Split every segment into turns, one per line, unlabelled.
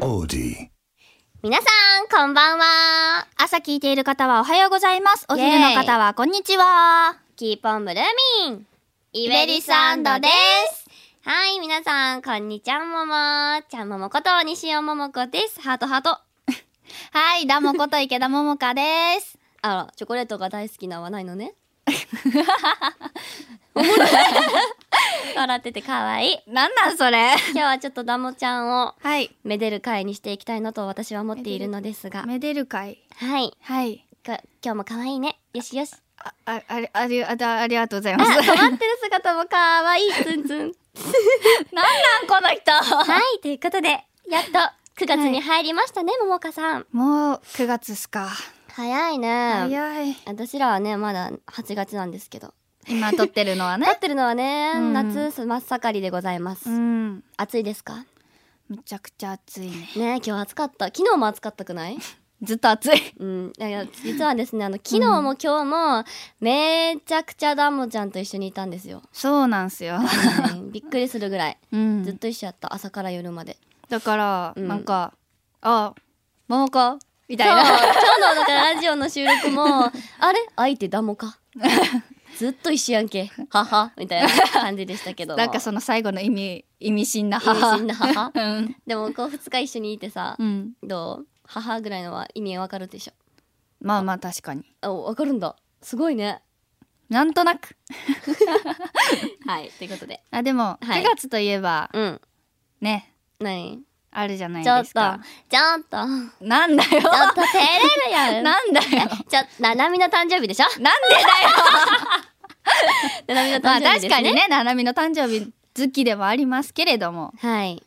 オーディ
皆さん、こんばんは。
朝聞いている方はおはようございます。お昼の方はこんにちは。
キーポンブルーミン。イ
イ
ベリスです。はい、皆さん、こんにちは、もも。ちゃんももこと、西尾ももこです。ハートハート。
はい、ダモこと池田桃香です。
あら、チョコレートが大好きなんはないの ね。笑ってて可愛い。
なんなん それ。
今日はちょっとダモちゃんを
はい。
めでる会にしていきたいなと私は思っているのですが。
めでる会。
はい。
はい。
か今日も可愛いね。よしよし。
あ、あ、あり、あり、あだありがとうござい
あ、
ます。
止まってる姿も可愛い。ツン ツン。
なんなんこの人。
はい、ということで、やっと9月に入りましたね、ももかさん。
もう9月っすか。
早いね。
早い。
私らはね、まだ8月なんですけど。
今撮ってるのはね
立 。ってるのはね、
うん
夏真っ盛りでございます。
うん。
暑いですか
むちゃくちゃ暑いね。
ね今日暑かった。昨日も暑かったく ない
ずっと暑い。
うん。だから実はですね、あの、昨日も今日も、めちゃくちゃダンモちゃんと一緒にいたんです よ。
そうなんすよ。
うんびっくりするぐらい。
うん
ずっと一緒やった。朝から夜まで。
だから、
うん
なんか、あ、桃子みたい
そう
な。
今日のだからラジオの収録 もあれ相手ダモかずっと一緒やんけははみたいな感じでしたけども
なんかその最後の意味、意味深な母。
意味深な母
うん。
でもこう2日一緒にいてさ
う、ん。
どう母ぐらいのは意味わかるでしょ
まあまあ確かに。
あわかるんだすごいね
なんとなく。
はいということで
あ、でも、
はい
9月といえば、
うん
ね、
何
あるじゃない
ちょっ
で
と
す
ちょっ
か。
とち
なんだよ。
ょっと照れるや ん
なんだよ。
ちょななみの誕生日でし ょ
なんで
ななみの誕生日
まあ確
ですね、
かにね、ななみの誕生日好きでもありますけれども、
はい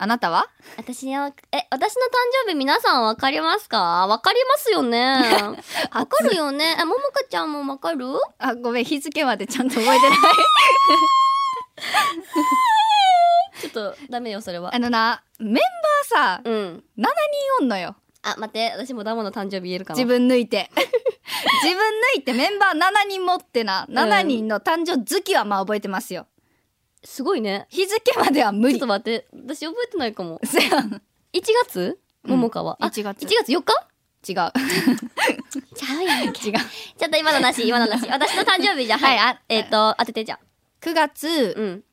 あなたは
私の、え、私の誕生日皆さんわかりますかわかりますよね。 わかるよね。え、ももかちゃんもわかる
あ、ごめん、日付までちゃんと覚えてない。
ちょっと、ダメよ、それは
あ。のな、メンバーさ、
うん。
7人おんのよ。
あ、待って、私もダモの誕生日言えるかな。
自分抜いて 自分抜いてメンバー7人持ってな7人の誕生月はまあ覚えてますよ
すごいね。
日付までは
ちょ
無
っ
理
と待って、私覚えてないかも。
せやん
1月
うん
ももかは。あ、
1月
1月4日
違う
ちゃうやん。
違う
ちょっと今のなし、今のなし。私の誕生日じゃ、はい。
はいあ
えっ、と、当ててじゃん。
9月
うん。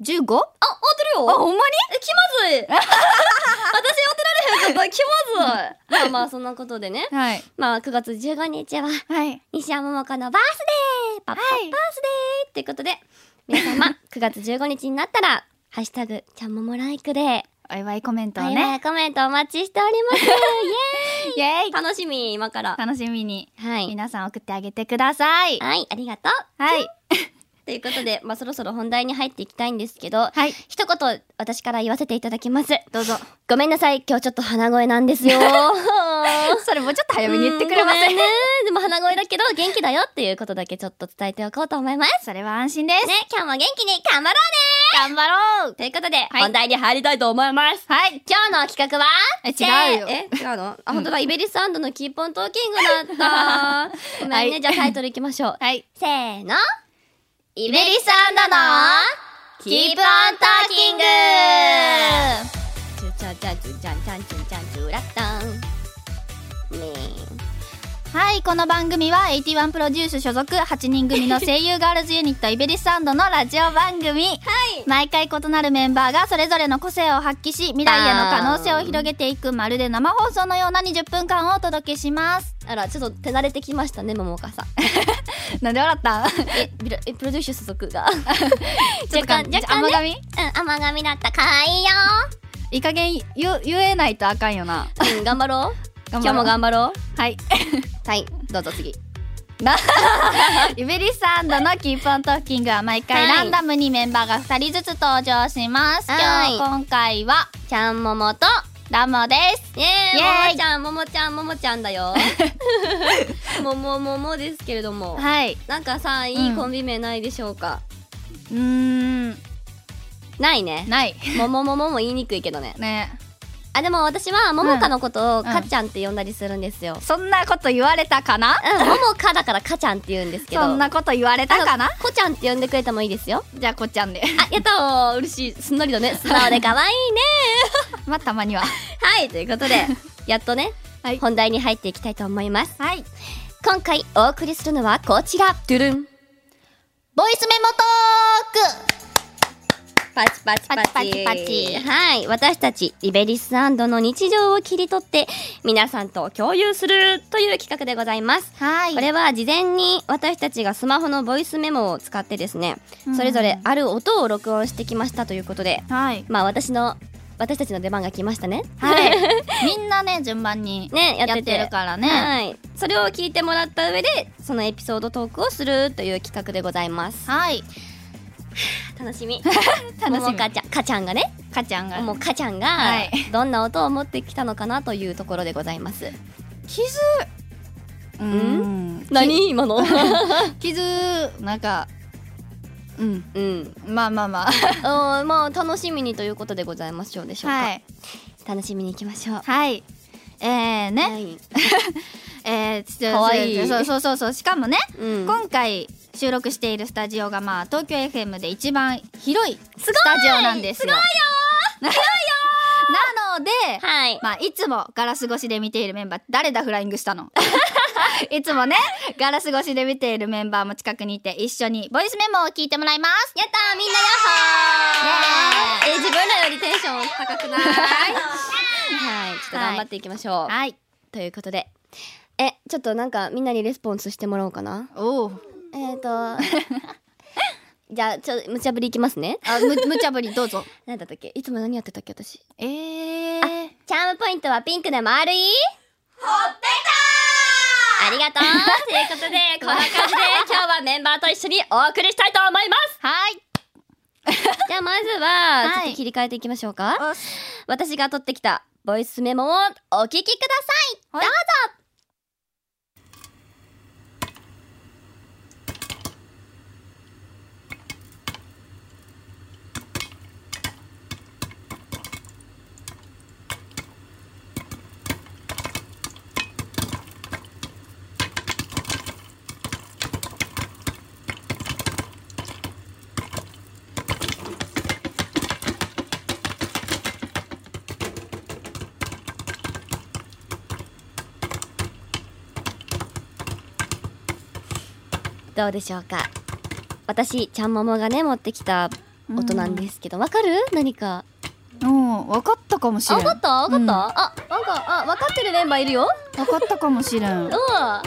15あ
あ、当てるよ
ほんま
え気まずい私 当てられへんかった気まず いまあまあそんなことでね
にはい
まあ9月15日は
はい
西山桃子のバースデーパッパッバー
はい
スデーっていうことで皆様 9月15日になったら「ハッシュタグちゃんももライク」で
お祝いコメント
お
を
祝
ね
いコメントお待ちしておりますイエ
イエ
ーイ楽しみ今から
楽しみに
はい
皆さん送ってあげてください
はいありがとう
はい
ということで、まあ、そろそろ本題に入っていきたいんですけど、
はい
一言私から言わせていただきます
どうぞ
ごめんなさい今日ちょっと鼻声なんですよ
それもうちょっと 早めに言ってくれませ
うんごめねでも鼻声だけど元気だよっていうことだけちょっと伝えておこうと思います
それは安心です
ね今日も元気に頑張ろうね頑張ろうということで、
い
本題に入りたいと思います
はい
今日の企画は
え違うよ
え違うのあ本当だ、イベリスのキーポントーキングだったごめんね、
はい
じゃあタイトルいきましょう
はい
せーのイベリスのキープオントーキングチュチャチャチュチャンチャンチュチャンチュラッタンねえ
はい、この番組は81プロデュース所属8人組の声優ガールズユニットイベリスサンドのラジオ番組。毎回異なるメンバーがそれぞれの個性を発揮し、未来への可能性を広げていくまるで生放送のような20分間をお届けします。
あら、ちょっと手慣れてきましたね、桃花さん。
なんで笑ったんちょっ
え、ビラえプロデュース所属が。
と
若干、
若
若
干
干
甘
ね。
髪
うん、甘髪だった。かわいいよ。
いい加減言言えないとあかんよな。
うん、頑張ろう。今日も
頑張ろう
頑張ろ
はい。
う。はい、どうぞ次。
イベリスサンドのキープオントーキングは毎回
はい
ランダムにメンバーが2人ずつ登場します。今
はい
日、今回は
ちゃんももと、
ラモです。
イエーイ
イエーイ
ももちゃん、ももちゃん、ももちゃんだ よ。ももももですけれども。
はい。
なんかさ、いい
うん
コンビ名ないでしょうか。
うーん、
ないね。
ない。
ももももも言いにくいけどね。
ね
あ、でも私は、ももかのことを、
ん
かちゃんって呼んだりするんですよ。
そんなこと言われたかな
うん、ももかだからかちゃんって言うんですけど。
そんなこと言われたかな
あのこちゃんって呼んでくれてもいいですよ。
じゃあこっちゃんで
あ、やったお嬉しい。すんなりだね。素直で可愛いね。
まあたまには
はい、ということ で、やっとね、
はい
本題に入っていきたいと思います。
はい
今回お送りするのはこちら。ドゥルン。
ボイスメモトーク
パチパチパチ
パチパチパチ
はい私たちリベリスの日常を切り取って皆さんと共有するという企画でございます
はい
これは事前に私たちがスマホのボイスメモを使ってですね、
うん
それぞれある音を録音してきましたということで
はい
まあ私の私たちの出番が来ましたね
はいみんなね順番に
ねや
や
って
っててるからね
はいそれを聞いてもらった上でそのエピソードトークをするという企画でございます
はい
楽しみ
楽し
もも
み
かちゃんかちゃんがね
かちゃんが
もうかちゃんが、
はい
どんな音を持ってきたのかなというところでございます。
傷うん
何今の？
傷なんかうん
うん。
まあまあまあ
おーまあ楽しみにということでございましょうでしょうか。
はい
楽しみに行きましょう。
はいえーね、
はい。
えー、ちょ
かわいい
そうそうそうそうしかもね、
うん。
今回収録しているスタジオがまあ東京 FM で一番広いスタジオなんですよ。すごいよ なので、
はい。
まあいつもガラス越しで見ているメンバー誰だフライング したのいつもねガラス越しで見ているメンバーも近くにいて一緒にボイスメモを聞いてもらいます。
やったーみんなやっほー。
イ
え
エーイ
ー自分らよりテンション高くない？ はい。ちょっと頑張っていきましょう。
はい。
ということで。え、ちょっとなんかみんなにレスポンスしてもらおうかな。
おお。
えっ、 ー、と。じゃあ、ちょ、無茶ぶりいきますね。
あ む無茶ぶりどうぞ。
なんだったっけいつも何やってたっけ私。
えー。
チャームポイントはピンクで丸いほってたありがとうということで、 こんな感じで今日はメンバーと一緒にお送りしたいと思います
はい。
じゃあまず
は
は、
い
ちょっと切り替えていきましょうか。私が取ってきたボイスメモをお聞きください、
はい
どうぞどうでしょうか私、ちゃんももがね、持ってきた音なんですけど、わかる何か。
うん分かったかもし
あ、
れん。
わかったわかった、
うん
あ、なんか、あ、わかってるメンバーいるよ
分かったかもしれん。
どうこれは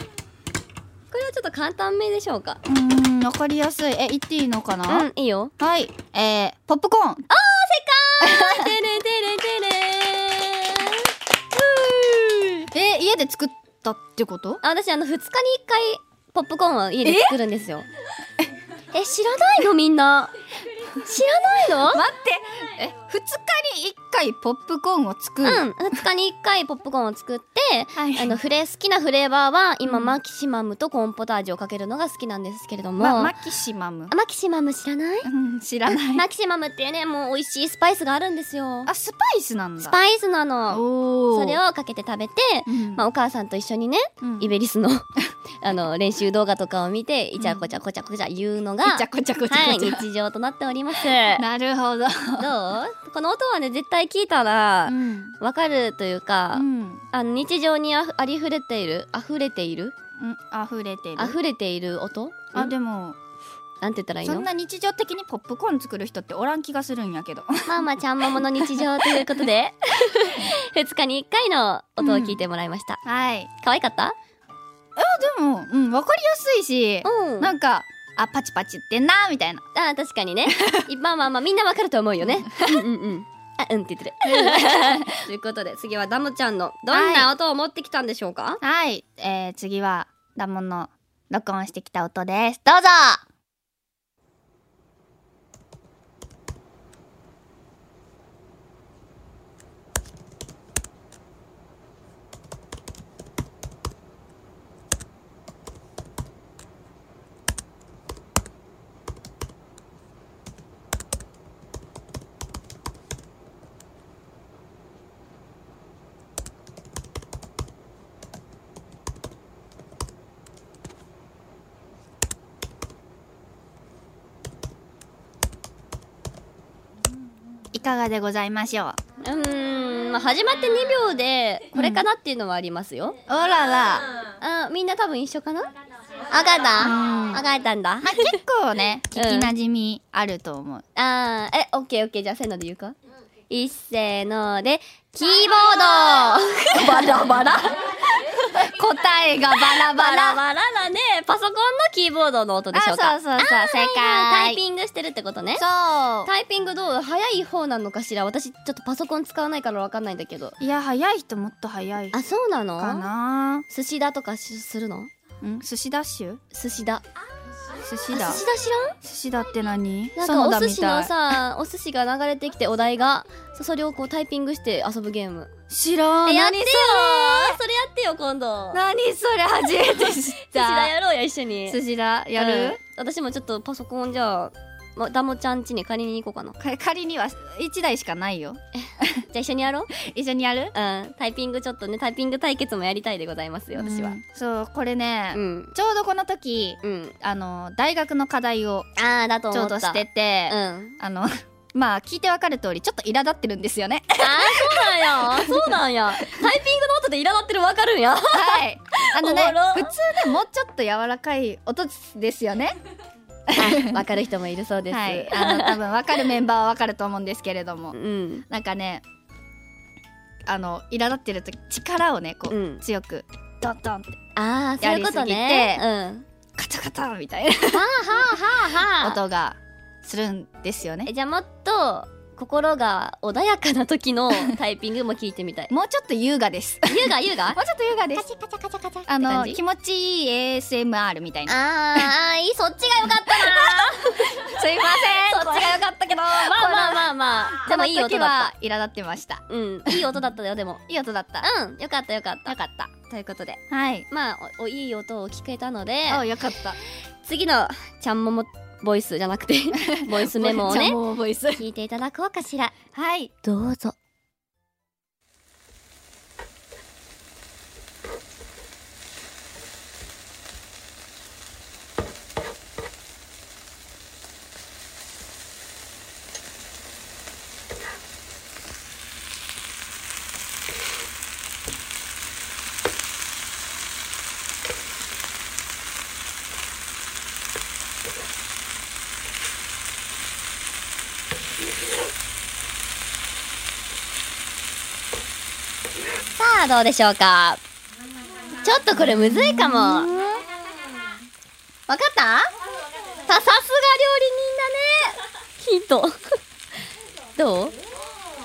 ちょっと簡単めでしょうか
うーん、わかりやすい。え、言っていいのかな、
うん、いいよ。
はい。えー、ポップコーン。
てれてれてれー
えー、家で作ったってこと
あ私、あの、2日に1回、ポップコーンは家で作るんですよ。え、知らないのみん な。知らないの
待って。え、二日に一回ポップコーンを作る。
うん、2日に1回ポップコーンを作って、
はい
あのフレ好きなフレーバーは今、
うん
マキシマムとコーンポタージュをかけるのが好きなんですけれども、
ま、マキシマム
あ。マキシマム知らない
うん、知らない。
マキシマムっていうねもう美味しいスパイスがあるんですよ
あ、スパイスなんだ。
スパイスなの
おー。
それをかけて食べて、
うん、
まあ、お母さんと一緒にね
うん
イベリス のあの練習動画とかを見てイチャコチャコチャコチャ言うのが、
いちゃこちゃこちゃ
はい、
こちゃ。
日常となっております
なるほ
ど
ど。
うこの音はね絶対聞いたら
ん。
わかるというか、
うん。
あの日常にあふありふれているあふれている
溢れてる。
あふれている音
あ、
ん
でも、
なんて言ったらいい
そん
の
な日常的にポップコーン作る人っておらん気がするんやけど。
まあまあちゃんももの日常ということ で2日に1回の音を聞いてもらいました、
はい。
可愛かった
でも、うん、わかりやすいし、
うん
なんか、あ、パチパチってんな、みたいな。
あー確かに ねまあまあまあみんなわかると思うよねうんうんうんあうんって言ってる ということで次はダムちゃんのどんな音を持ってきたんでしょうか、
はい。えー、次は、ダモンの録音してきた音です。どうぞ
あ
かがでございましょう
うーん、まあ、始まって2秒でこれかなっていうのはありますよ、
おらら
あみんな多分一緒かな分かった
うん
分かったんだ
まあ結構ね
うん
聞きなじみあると思う、
あーえオッケーオッケーじゃあせーので言うか、いっせーのでキーボードバラバラ
答えがバラバ
バラ
ラ
バラだねパソコンのキーボードの音で
あ
し
そ
ょ
う
うか
そうそう正
タ
解
イピングしてるってことね
そ
タイピングどう早い方なのかしら私ちょっとパソコン使わないからわかんないんだけど
ういや早い人もっと早いか
あそうなの
な
寿司だとかしするの
ん寿司ダッシュ
寿司だあ
寿司
寿司
だ
だ
寿
知らん
司だって何
なんか
園田
お寿
み
司
た
の
い
さお寿司が流れてきてお題がそそれをこうタイピングして遊ぶゲーム
知らん
えやっ
何
てよそれやってよ今度
何それ初めて知っ
寿司だ
た
やろうや一緒に
寿司だやる、
うん私もちょっとパソコンじゃあまダモちゃん家に借りに行こうかなじ
か仮には1台しかないよ
ゃあ一緒にやろう
一緒にやる
うんタイピングちょっとねタイピング対決もやりたいでございますよ私は
うんそうこれね、
うん
ちょうどこの時
うん
あの大学の課題を
ああだと
ち
思
ょう
った
どしてて、
うん
あの まあ聞いてわかる通りちょっと苛立ってるんです よね
ああそうなんやそうなんやタイピングの音で苛立ってるわかるんや
はいあのね
おもろ
普通ねもうちょっと柔らかい音ですよね
わかる人もいるそうです
はいあの多分わかるメンバーはわかると思うんですけれども
うん
なんかねあの苛立ってる時力をねこう、
うん
強くドンドンって
ああそういうことね
やりすぎて
うん
カチャカチャみたい
はあ はあ
な音がするんですよね
えじゃあもっと心が穏やかな時のタイピングも聞いてみ たい
もうちょっと優雅です
優雅優雅
もうちょっと優雅です
チカチャカチャカチャ
あの
感じ
気持ちいい ASMR みた いな
あーあーいいそっちが良かったな
すいません
そ
こ
っ
っ
ち
ち
が
が良かったけど
まあまあまあまあでもいい音
時
だっ
は苛立ってました
たうんいい音だったよでも
いい音だった
うんよかったよかった
よかった
ということで
はい
まあおおいい音を聞けたので
あよかった
次のちゃんももボイスじゃ なくてボイスメモを
じゃあ
ね
もうボイス
聞いていただこうかしら
はい
どうぞさあどうでしょうかちょっとこれむずいかもわかったささすが料理人だねヒント どう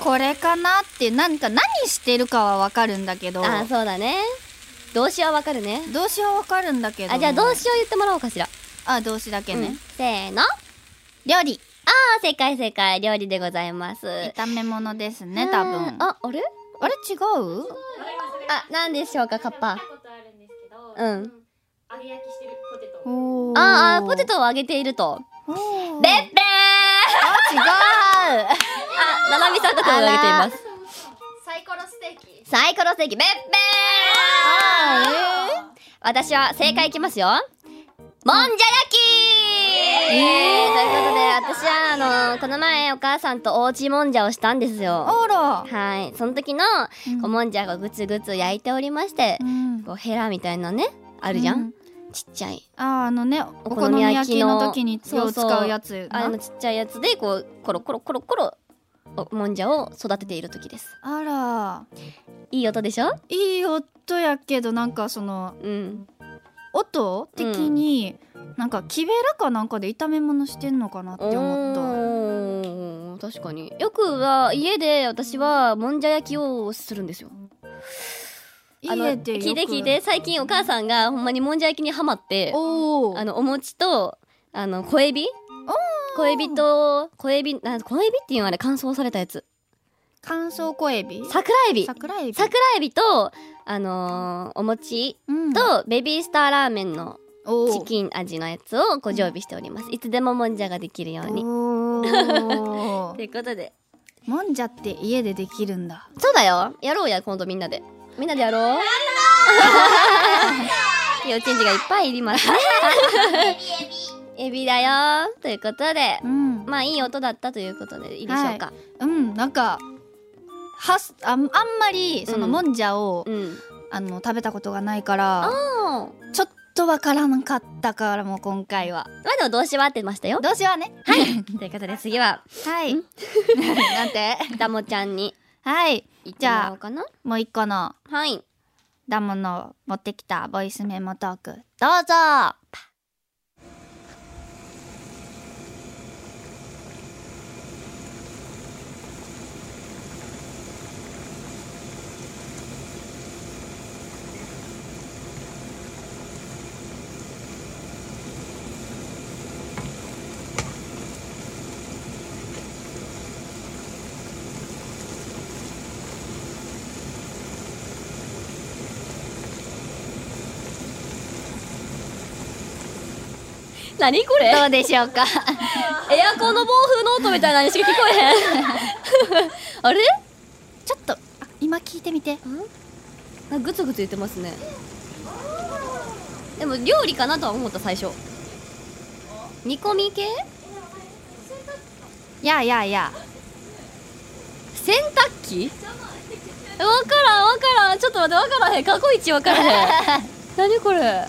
これかなってなんか何してるかはわかるんだけど
あそうだね動詞はわかるね
動詞はわかるんだけど
あじゃあ動
詞
詞を言ってもらおうかしら、
あ動詞だけ
うん
ね
せーのあ
料理
ー正解正解料理でございます
炒め物ですね多
う
分
んああれ
あれ違う
あ何でしょうかカッパ
見たことあるんですけど、
うん
揚げ焼きしてるポテト。
おー
あーあーポテトをあげていると
おー
べっぺー
あ違う
あななみさんとこをあげています
サイコロステーキ。
サイコロステーキべっぺー私は正解いきますよもんじゃ焼き
えー
ということで私はあのこの前お母さんとおうちもんじゃをしたんですよ
あら
はいその時のこうもんじゃがぐつぐつ焼いておりまして
うん
こうヘラみたいなねあるじゃん、ちっちゃい
あーあのねお
好
好
み
み
焼
焼
き
き
の
の時によう使うやつな
あのちっちゃいやつでこうコロコロコロコロおもんじゃを育てている時です
あ
いい音でしょ
らいい音やけどなんかその
うん
音的に、なんか木べらかなんかで炒め物してんのかなって思った
おー確かによくは家で私はもんじゃ焼きをするんですよあの
家でよく
聞いて聞いて最近お母さんがほんまにもんじゃ焼きにハマって
おお
あのお餅とあの小エビ小エビと小エビなん小エビっていうのはあれ乾燥されたやつ
乾燥小エビ
桜エビ
桜エビ
桜エビとあのーお餅
うん
とベビースターラーメンの
おー
チキン味のやつをご常備しておりますいつでももんじゃができるように
お
と
ー
いうことで
もんじゃって家でできるんだ
そうだよやろうや今度みんなでみんなでやろう幼稚園児がいっぱいいりますねエビだよということで
うんうん
まあいい音だったということでいいでしょうか、
うんなんかはすああんあんまりその
うん
もんじゃを、
うん
あの食べたことがないから
あー
ちょっとわからなかったからもう今回は
まあでも動詞は合ってましたよ
どうしようね
ということで次は
はい なんて
ダモちゃんに
はい
行ってもらおうかな
もう一個の
はい
ダモの持ってきたボイスメモトークどうぞ
何これ
どうでしょうか
エアコンの暴風の音みたいなのしか聞こえへん あれ
ちょっとあ今聞いてみて
なんかグツグツ言ってますねでも料理かなとは思った最初煮込み系
やあやあや
洗濯機わからんわからんちょっと待ってわからへん過去一わからへん 何これ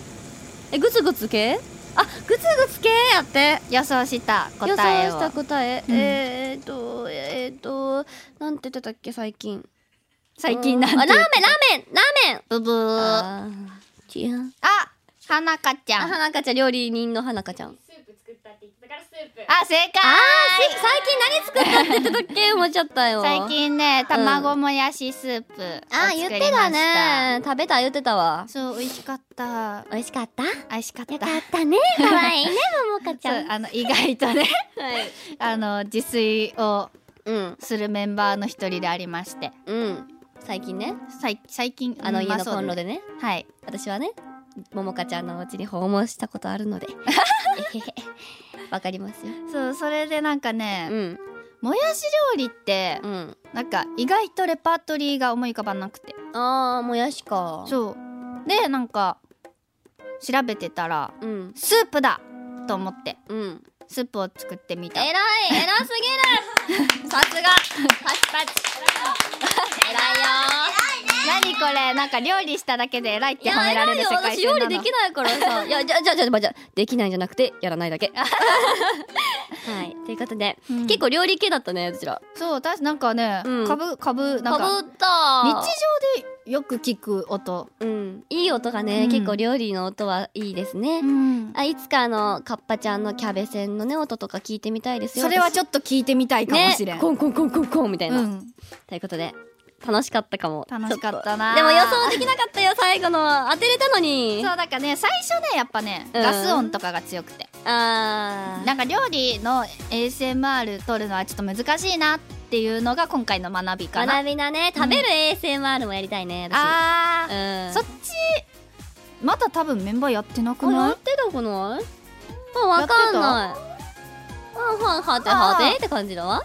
えグツグツ系あグツグツ系やって
あ予想した答
予想
えを
した答え、
うん
えー、っとえー、っとなんて言ってたっけ最近
最近なんて
あラーメンラーメンラーメン
ブブーあ
あー違う
はなかち
あ
ゃんあ
花香ちゃん料理人の花香ちゃん
スープ作ったって言ってたからスープ
正解
せ最近何作ったって言ってたっけ思っちゃったよ
最近ね卵もやしスープを作りました、
あー言ってたね食べた言ってたわ
そう美味しかった
美味しかった
美味しかった
たね 可愛いねももか
そうあの意外とね
はい
あの自炊を
うん
するメンバーの一人でありまして
うん最近ね
最最近
あの
うん
家
ま
の
そう
コンロでね
はい
私はねももかちゃんのお家に訪問したことある のでえへへわかりますよ
そうそれでなんかね、
うん
もやし料理って
うん
なんか意外とレパートリーが思い浮かばなくて
あーもやしか
そうでなんか調べてたら
うん
スープだと思って
うん
スープを作ってみた
偉い偉すぎるさすがパチパチ偉
何これなんか料理しただけで偉いって褒
いよ
め
い
ら
や
れ
偉い
る
よ
世界
私
線
料
な
理
の
できないから さいやじゃあじゃあじゃあじゃあじゃあできないんじゃなくてやらないだけ はいということで、
うん
結構料理系だったねどちら
そう私なんかね、
うん
かぶかぶなんか
かぶった
日常でよく聞く音、
うんいい音がね、
うん
結構料理の音はいいですね、あいつかあのカッパちゃんのキャベセンのね音とか聞いてみたいですよ
それは
私
ちょっと聞いてみたいかもしれん、
ね、コンコンコンコンコンみたいな、
うん、
ということで楽しかったかも
楽しか
ちょ
っ
と
たな
でも予想できなかったよ最後のは当てれたのに
そうだからね最初ねやっぱね、
うん
ガス音とかが強くて
あー
なんか料理の ASMR 撮るのはちょっと難しいなっていうのが今回の学びかな
学びだね食べる ASMR もやりたいね私
あ
う
ー、
ん
そっちまだ多分メンバーやってなく
あや
ない
ってたかないあわかんないあはんはてはてって感じだわ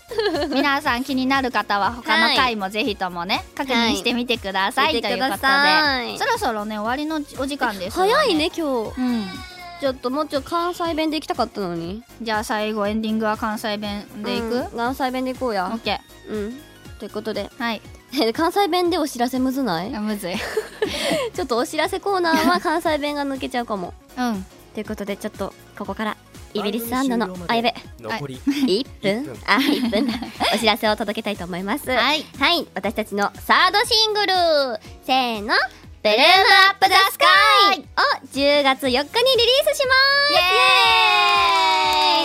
皆さん気になる方は他の回もぜひともね確認してみてください、
見
と
て
いう
く
こと
ださ
で
い
そろそろね終わりのお時間です、
早いね今日
うん
ちょっともうちょい関西弁で行きたかったのに
じゃあ最後エンディングは関西弁でいく、
うん関西弁で行こう
オッ
や
ケ
うんということで
ーはい
関西弁でお知らせむずない
あむずい
ちょっとお知らせコーナーは関西弁が抜けちゃうかも
うん
ということでちょっとここからイベリスサンドのあや べ
残り
1分
一分
あ1分だお知らせを届けたいと思いますはい、
はい
私たちのサードシングルせーの「ブルームアップザスカイ」を10月4日にリリースしま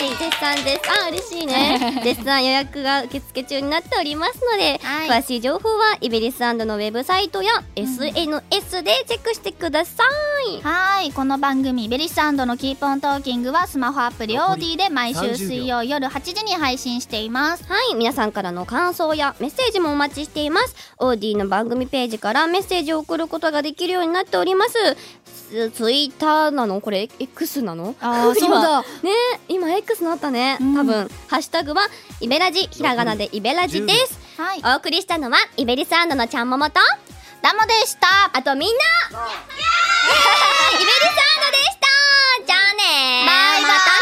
すイエーイ絶賛絶賛嬉しい ね絶賛予約が受付中になっておりますので、
はい
詳しい情報はイベリスのウェブサイトや SNS でチェックしてください、
はいこの番組「ベリスのキーポントーキング」はスマホアプリ OD で毎週水曜夜8時に配信しています
はい皆さんからの感想やメッセージもお待ちしていますオーディの番組ページからメッセージを送ることができるようになっておりますツツイッターなのこれ X なの
あ
ーそうだね今 X になったね、
うん
多分ハッシュタグはイベラジひらがなでイベラジです
はい
お送りしたのはイベリスのちゃんももと
ダモでした
あとみんなイベリスでしたじゃあね
バイバイ
また